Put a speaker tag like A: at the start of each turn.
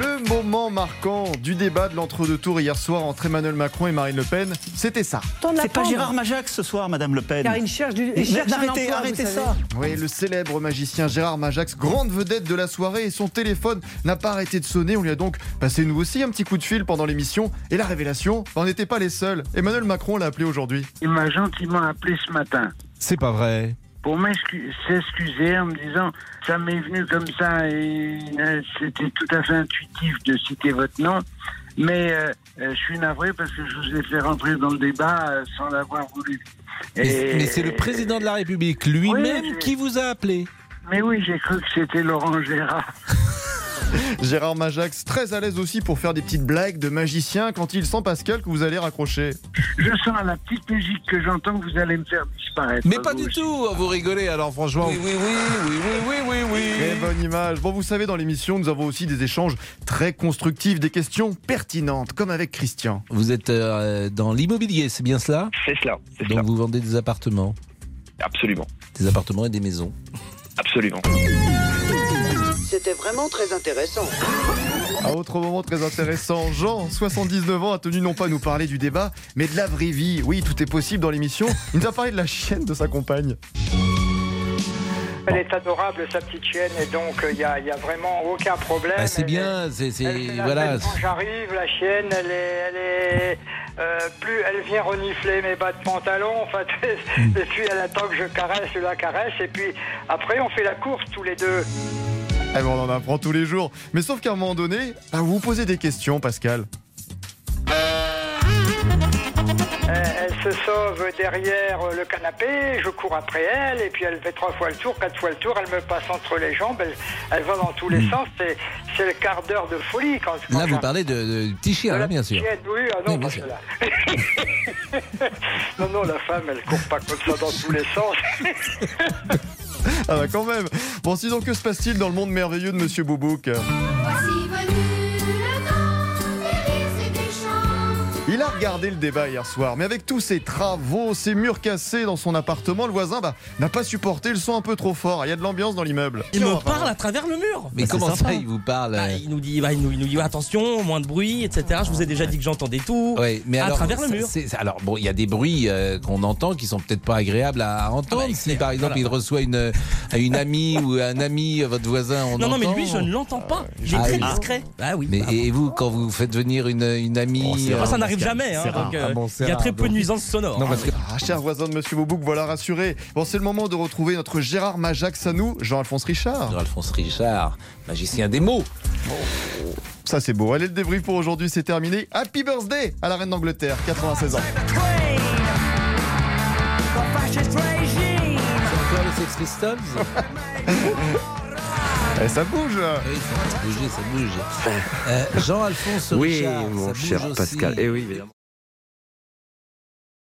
A: Le moment marquant du débat de l'entre-deux tours hier soir entre Emmanuel Macron et Marine Le Pen, c'était ça.
B: C'est pas Ah, Gérard Majax ce soir, Madame Le Pen.
C: Car il cherche du. il
B: Mais
C: cherche un
B: arrêtez,
C: emploi,
B: arrêtez
C: vous savez.
B: ça.
A: Oui, le célèbre magicien Gérard Majax, grande vedette de la soirée, et son téléphone n'a pas arrêté de sonner. On lui a donc passé nous aussi un petit coup de fil pendant l'émission. Et la révélation, on n'était pas les seuls. Emmanuel Macron l'a appelé aujourd'hui.
D: Il m'a gentiment appelé ce matin
A: C'est pas vrai.
D: pour m'excu- s'excuser en me disant ça m'est venu comme ça et euh, c'était tout à fait intuitif de citer votre nom. Mais euh, euh, je suis navré parce que je vous ai fait rentrer dans le débat euh, sans l'avoir voulu.
E: Mais,
D: Et-
E: mais c'est le président de la République lui-même
D: Oui, mais-
E: qui vous a appelé.
D: Mais oui, j'ai cru que c'était Laurent Gérard.
A: Gérard Majax, très à l'aise aussi pour faire des petites blagues de magicien quand il sent Pascal que vous allez raccrocher.
D: Je sens la petite musique que j'entends que vous allez me faire disparaître.
E: Mais pas
D: vous
E: du
D: aussi.
E: tout, vous rigolez alors franchement. Eh ben. Oui, oui, oui, oui, oui, oui, oui.
A: Très Eh, bonne image. Bon, vous savez, dans l'émission, nous avons aussi des échanges très constructifs, des questions pertinentes, comme avec Christian.
E: Vous êtes euh, dans l'immobilier, c'est bien cela
F: C'est cela, c'est
E: Donc
F: cela.
E: vous vendez des appartements,
F: Absolument,
E: des appartements et des maisons.
F: absolument.
C: C'était vraiment très intéressant.
A: À autre moment très intéressant, Jean, 79 ans, a tenu non pas à nous parler du débat, mais de la vraie vie. Oui, tout est possible dans l'émission. Il nous a parlé de la chienne de sa compagne.
G: Elle est adorable, sa petite chienne, et donc il n'y a, y a vraiment aucun problème.
E: Ah, c'est
G: Elle est-
E: bien, c'est c'est-
G: elle fait la
E: voilà.
G: fête Quand j'arrive, la chienne, elle est, elle est euh, plus, elle vient renifler mes bas de pantalon, en fait,
E: Mm.
G: et puis elle attend que je caresse, je la caresse, et puis après on fait la course tous les deux.
A: Eh ben, on en apprend tous les jours. Mais sauf qu'à un moment donné, bah, vous vous posez des questions, Pascal.
G: Elle, elle se sauve derrière euh, le canapé, je cours après elle, et puis elle fait trois fois le tour, quatre fois le tour, elle me passe entre les jambes, elle, elle va dans tous les sens, c'est- c'est le quart d'heure de folie quand, quand
E: Mm. Là, vous
G: j'arrive.
E: parlez de, de- du petit chien,
G: De la
E: hein, bien sûr.
G: petite chienne, Oui, ah non,
E: Oui, bien
G: pas
E: sûr.
G: celle-là. non, non, la femme, elle court pas comme ça dans tous les sens.
A: Ah bah quand même. Bon, sinon, que se passe-t-il dans le monde merveilleux de Monsieur Boubouk
H: Voici venu le temps des rires et des chants.
A: Il a regardé le débat hier soir, mais avec tous ses travaux, ses murs cassés dans son appartement, le voisin bah, n'a pas supporté le son un peu trop fort. Il y a de l'ambiance dans l'immeuble.
I: Il me parle à travers le mur.
E: Mais
I: Bah, c'est
E: comment
I: sympa.
E: ça, il vous parle
I: Bah,
E: euh,
I: il, nous dit, bah, il, nous, il nous dit attention, moins de bruit, etc. Je vous ai déjà dit que j'entendais tout.
E: Ouais, mais
I: à
E: alors,
I: travers le
E: ça,
I: mur.
E: c'est- alors bon, il y a des bruits euh, qu'on entend qui sont peut-être pas agréables à, à entendre.
I: Ah bah,
E: si par exemple
I: voilà.
E: il reçoit une euh, une amie ou un ami, euh, votre voisin, on
I: Non, non, mais
E: entend.
I: lui, je ne l'entends pas. Il est
E: Ah
I: très
E: oui.
I: discret. Ah oui.
E: Mais
I: bah,
E: et vous, quand vous faites venir une, une amie,
I: moi,
E: euh,
I: ça n'arrive jamais. hein, donc, euh,
E: Ah bon, c'est
I: il y a
E: rare,
I: très peu
E: donc.
I: de nuisances sonores.
E: Non, parce que
A: Ah, cher voisin de Monsieur Boubouk, voilà rassuré. Bon, c'est le moment de retrouver notre Gérard Majax à nous, Jean-Alphonse Richard.
E: Alphonse Richard, magicien des mots.
A: Ça, c'est beau. Allez, le débrief pour aujourd'hui, c'est terminé. Happy birthday à la reine d'Angleterre, 96 ans.
E: Encore les Sex Pistols
A: Et Eh, ça bouge
E: Oui, ça bouge, ça bouge. Euh, Jean-Alphonse
F: Oui,
E: Richard, ça
F: mon
E: bouge
F: cher
E: aussi.
F: Pascal. Eh oui, évidemment.